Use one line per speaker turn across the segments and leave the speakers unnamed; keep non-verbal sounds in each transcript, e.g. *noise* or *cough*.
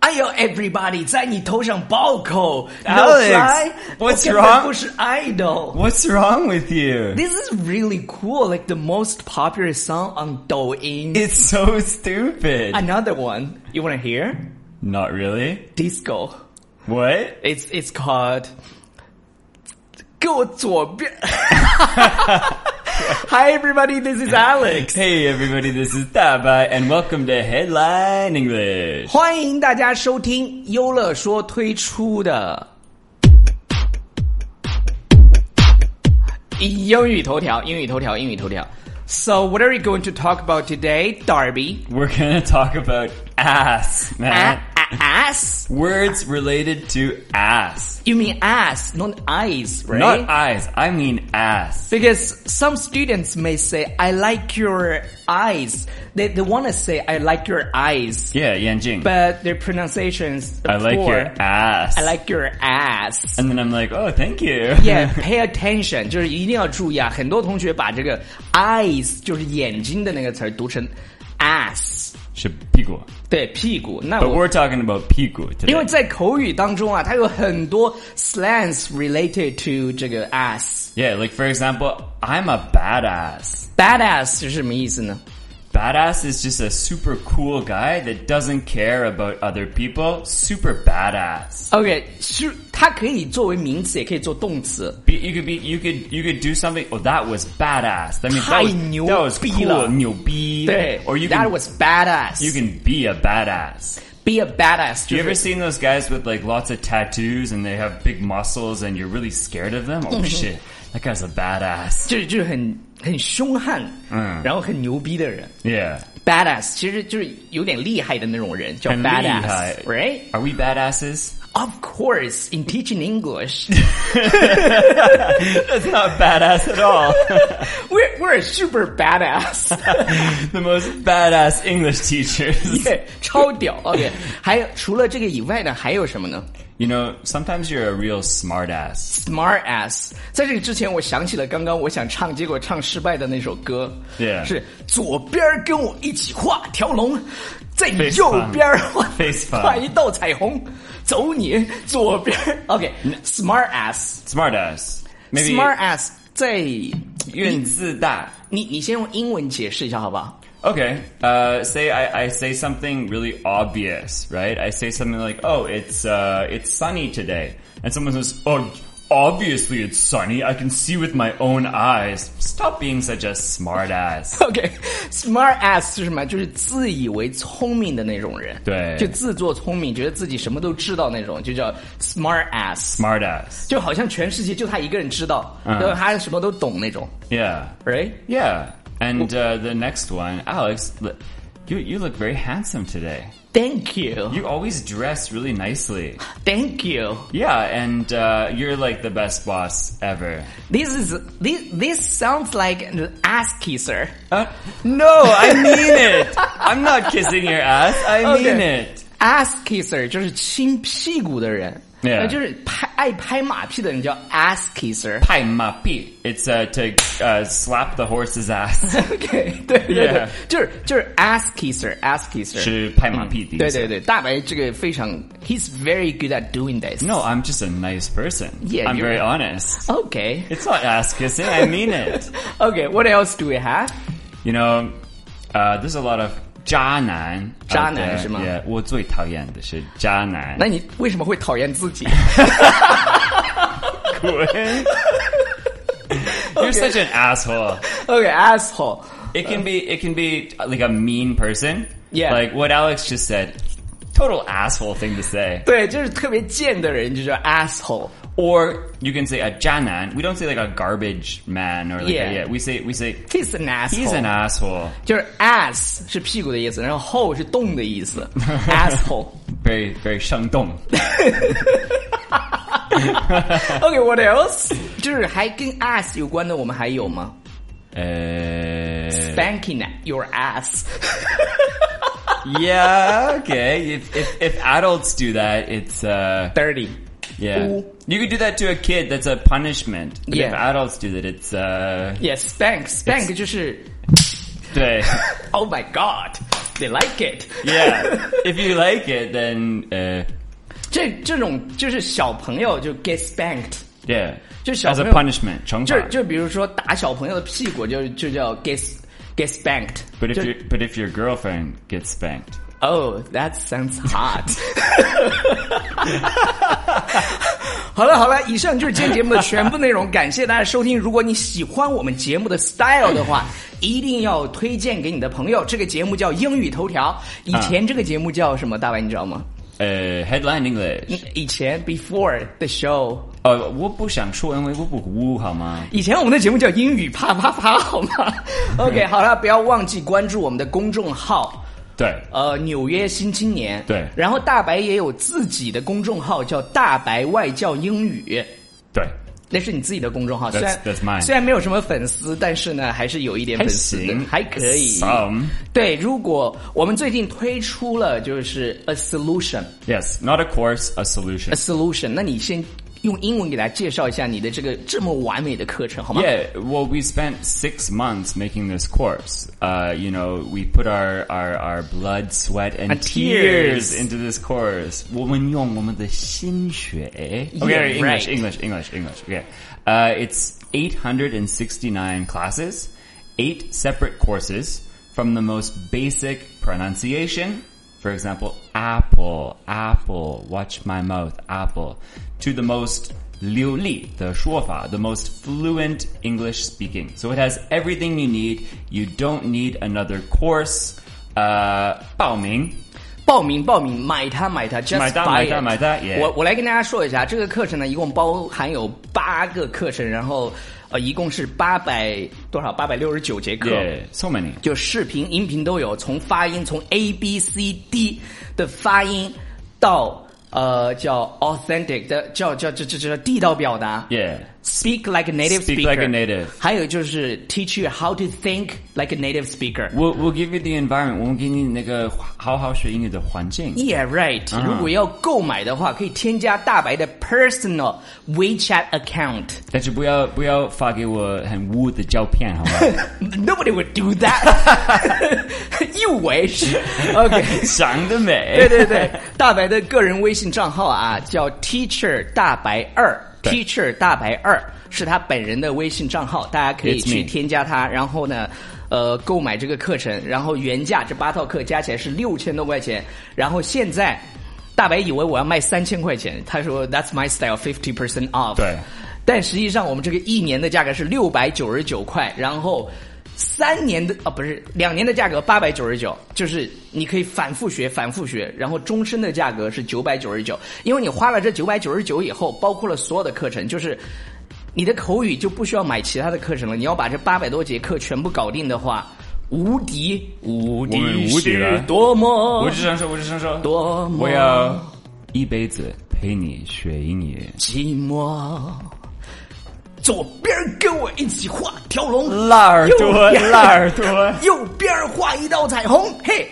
哪有 everybody 在你头上暴扣
Alex, what's wrong?
不是 idol。
What's wrong with you?
This is really cool, like the most popular song on Douyin.
It's so stupid.
Another one. You wanna hear?
Not really.
Disco.
What?
It's it's called *laughs* 给我左边 Hi everybody, this is Alex.
Hey everybody, this is Daba and welcome to Headline English.
欢迎大家收听优乐说推出的英语头条，英语头条，英语头条。So what are we going to talk about today, Darby?
We're gonna talk about ass, man.
A- a- ass?
Words related to ass.
You mean ass, not eyes, right?
Not eyes, I mean ass.
Because some students may say, "I like your eyes." They they want to say, "I like your eyes,"
Yeah, Yanjing.
but their pronunciations.
I like
poor.
your ass.
I like your ass.
And then I'm like, oh, thank you.
Yeah, *laughs*
*laughs*
pay attention，就是一定要注意啊！很多同学把这个 eyes 就是眼睛的那个词儿读成 ass，
Shapigua.
对屁股。那
But
我
we're talking about pigu
因为
today.
在口语当中啊，它有很多 slangs related to 这个 ass。
Yeah, like for example, I'm a badass.
badass 是什么意思呢？
Badass is just a super cool guy that doesn't care about other people. Super badass.
OK，是它可以作为名词，也可以做动词。
Be, you could be, you could, you could do something. Oh, that was badass. That means that was,
太牛逼了。
that was cool. 牛逼.
对
Or you
that
can,
was badass.
you can be a badass.
be a badass. 就
You
是
ever seen those guys with like lots of tattoos and they have big muscles and you're really scared of them? Oh shit, that guy's a badass.
就是就是很很凶悍，嗯，然后很牛逼的人
Yeah.
，badass 其实就是有点厉害的那种人，叫
很厉害
badass，right?
Are we badasses?
Of course, in teaching English, *laughs*
That's not badass at all.
we're we're a super badass.
*laughs* the most badass English *laughs* teachers.
对，超屌。OK，还有除了这个以外呢，还有什么呢
You know, sometimes you're a real smartass.
？Smart ass。在这个之前，我想起了刚刚我想唱，结果唱失败的那首歌
Yeah
是左边跟我一起画条龙，在你
Face
右
palm
边画
Face palm
画一道彩虹，走你左边。OK，smart、ass，smart
Smartass. Maybe
ass 在你
that.
你你先用英文解释一下好不好？
Okay. Uh, say I, I say something really obvious, right? I say something like, "Oh, it's uh, it's sunny today," and someone says, "Oh, obviously it's sunny. I can see with my own eyes." Stop being such a
*laughs*
smartass.
OK，smart、ass 是什么？就是自以为聪明的那种人，
对
就自作聪明，觉得自己什么都知道那种，就叫 smart ass，
Smartass.
就好像全世界就他一个人知道，
嗯
对吧？他什么都懂那种
Yeah.
，right？
Yeah. And uh, the next one, Alex, l- you you look very handsome today.
Thank you,
You always dress really nicely.
thank you.
Yeah, and uh, you're like the best boss ever.
This is this this sounds like an ass kisser.
Uh, no, I *laughs* mean it. I'm not kissing your ass. I mean
Okay.
it.
Ass kisser 就是亲屁股的人
Yeah
呃就是拍爱拍马屁的人叫 ass
*laughs*
kisser。
Pai ma pi. It's uh, to uh, slap the horse's *laughs* ass.
OK，对对对
Yeah
就是就是 ass kisser，ass kisser
是拍马屁的意思
对对对，大白这个非常，he's very good at doing this。
No, I'm just a nice person.
Yeah,
I'm
you're
very
right.
honest.
OK
It's not ass kissing. I mean *laughs* it.
OK what else do we have？
You know, uh, there's a lot of 渣男. out
渣男，
there.
是吗？
Yeah, 我最讨厌的是渣男。 *laughs*
那你为什么会讨厌自己
滚。You're such an asshole.
？OK asshole。
It can be it can be uh, like a mean person.
Yeah.
Like what Alex just said. Total asshole thing to say.
对，就是特别贱的人就叫 asshole。
Or you can say a janan. We don't say like a garbage man or like a-
Yeah.
yeah. We say we say
He's an asshole。
he's an asshole.
就是 ass 是屁股的意思，然后 hole 是洞的意
*laughs*
思。asshole。
Very
*laughs*
very 生动.
OK what else？就是还跟 ass 有关的，我们还有吗
Uh,
？Spanking your ass。
yeah, okay. If, if if adults do that, it's uh
Dirty.
yeah.
Ooh.
You could do that to a kid. That's a punishment. But if
Yeah.
adults do that, it's uh *laughs*
Yes, spank. Spank 就是
对。
Oh my God. they like it。
Yeah. if you like it, then uh,
*laughs* 这这种就是小朋友就 get spanked，
yeah.
就小
as a
朋友-
punishment, 惩罚。
就就比如说打小朋友的屁股就就叫 get get spanked。
But if
就
your but if your girlfriend gets spanked,
Oh, that sounds hot *laughs* 好了好了，以上就是今天节目的全部内容，感谢大家收听。如果你喜欢我们节目的 style 的话，一定要推荐给你的朋友。这个节目叫英语头条，以前这个节目叫什么？大白你知道吗？
uh, headline English. Oh,
以前 before the show，
呃，我不想说，因为我不污好吗？
以前我们的节目叫英语啪啪啪，好吗？OK，好了，不要忘记关注我们的公众号。
对，
呃，纽约新青年。
对
然后大白也有自己的公众号，叫大白外教英语。
对，
那是你自己的公众号，
That's-
虽然
that's mine
虽然没有什么粉丝，但是呢，还是有一点粉丝的，还可以。
Some.
对，如果我们最近推出了就是 a solution，a
Yes, not a course, a solution.
solution，那你先用英文给大家介绍一下你的这个这么完美的课程好吗
Yeah, well, we spent six months making this course. Uh, you know, we put our, our, our blood, sweat, and,
And
tears.
tears.
into this course. 我们用我们的心血. Okay,
Yeah,
English,
right.
English, English, English. Okay. Uh, it's 869 classes, eight separate courses from the most basic pronunciation. For example, apple, apple, watch my mouth, apple, to the most 流利, the 说法, the most fluent English speaking. So it has everything you need. You don't need another course. Uh, 报名,
报名报名，买它买它，just
买它
buy
买
it
它买它，yeah
我我来跟大家说一下，这个课程呢，一共包含有八个课程，然后呃，一共是八百多少？八百六十九节课。
yeah, so many.
就视频、音频都有，从发音从 A B C D 的发音到呃叫 authentic 的叫叫这这这地道表达
Yeah.
，speak like a native
Speak
speaker，
like a native
还有就是 teach you how to think like a native speaker。
We'll, we'll give you the environment. 我们给你那个好好学英语的环境。
Yeah, right. 如果要购买的话，可以添加大白的 personal WeChat account. *laughs*
但是不要不要发给我很污的照片，好吧？
Nobody would do that. *laughs* you wish. OK.
想得美。
对对对， *laughs* 大白的个人微信账号啊，叫 Teacher 大白二
对
，Teacher 大白二是他本人的微信账号，大家可以
It's
去
me
添加他，然后呢。呃，购买这个课程，然后原价这八套课加起来是六千多块钱，然后现在大白以为我要卖三千块钱，他说 That's my style fifty percent off。
对，
但实际上我们这个一年的价格是六百九十九块，然后三年的啊不是两年的价格八百九十九，就是你可以反复学反复学，然后终身的价格是九百九十九，因为你花了这九百九十九以后，包括了所有的课程，就是。你的口语就不需要买其他的课程了，你要把这八百多节课全部搞定的话，无敌无
我们无敌了
是多么
我只想说，我只想说，
多么
我要一辈子陪你学英语。
寂寞。左边跟我一起画条龙，
辣耳朵，
右
*laughs*
边 *laughs*
辣耳朵。
右边画一道彩虹，嘿。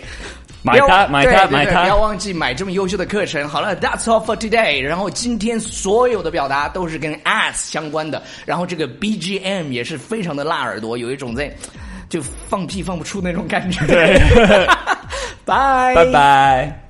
买它
不要
买它
对对对
买它
不要忘记买这么优秀的课程。好了，That's all for today。然后今天所有的表达都是跟 ass 相关的，然后这个 BGM 也是非常的辣耳朵，有一种在 *laughs* 就放屁放不出那种感觉。对，拜
拜拜。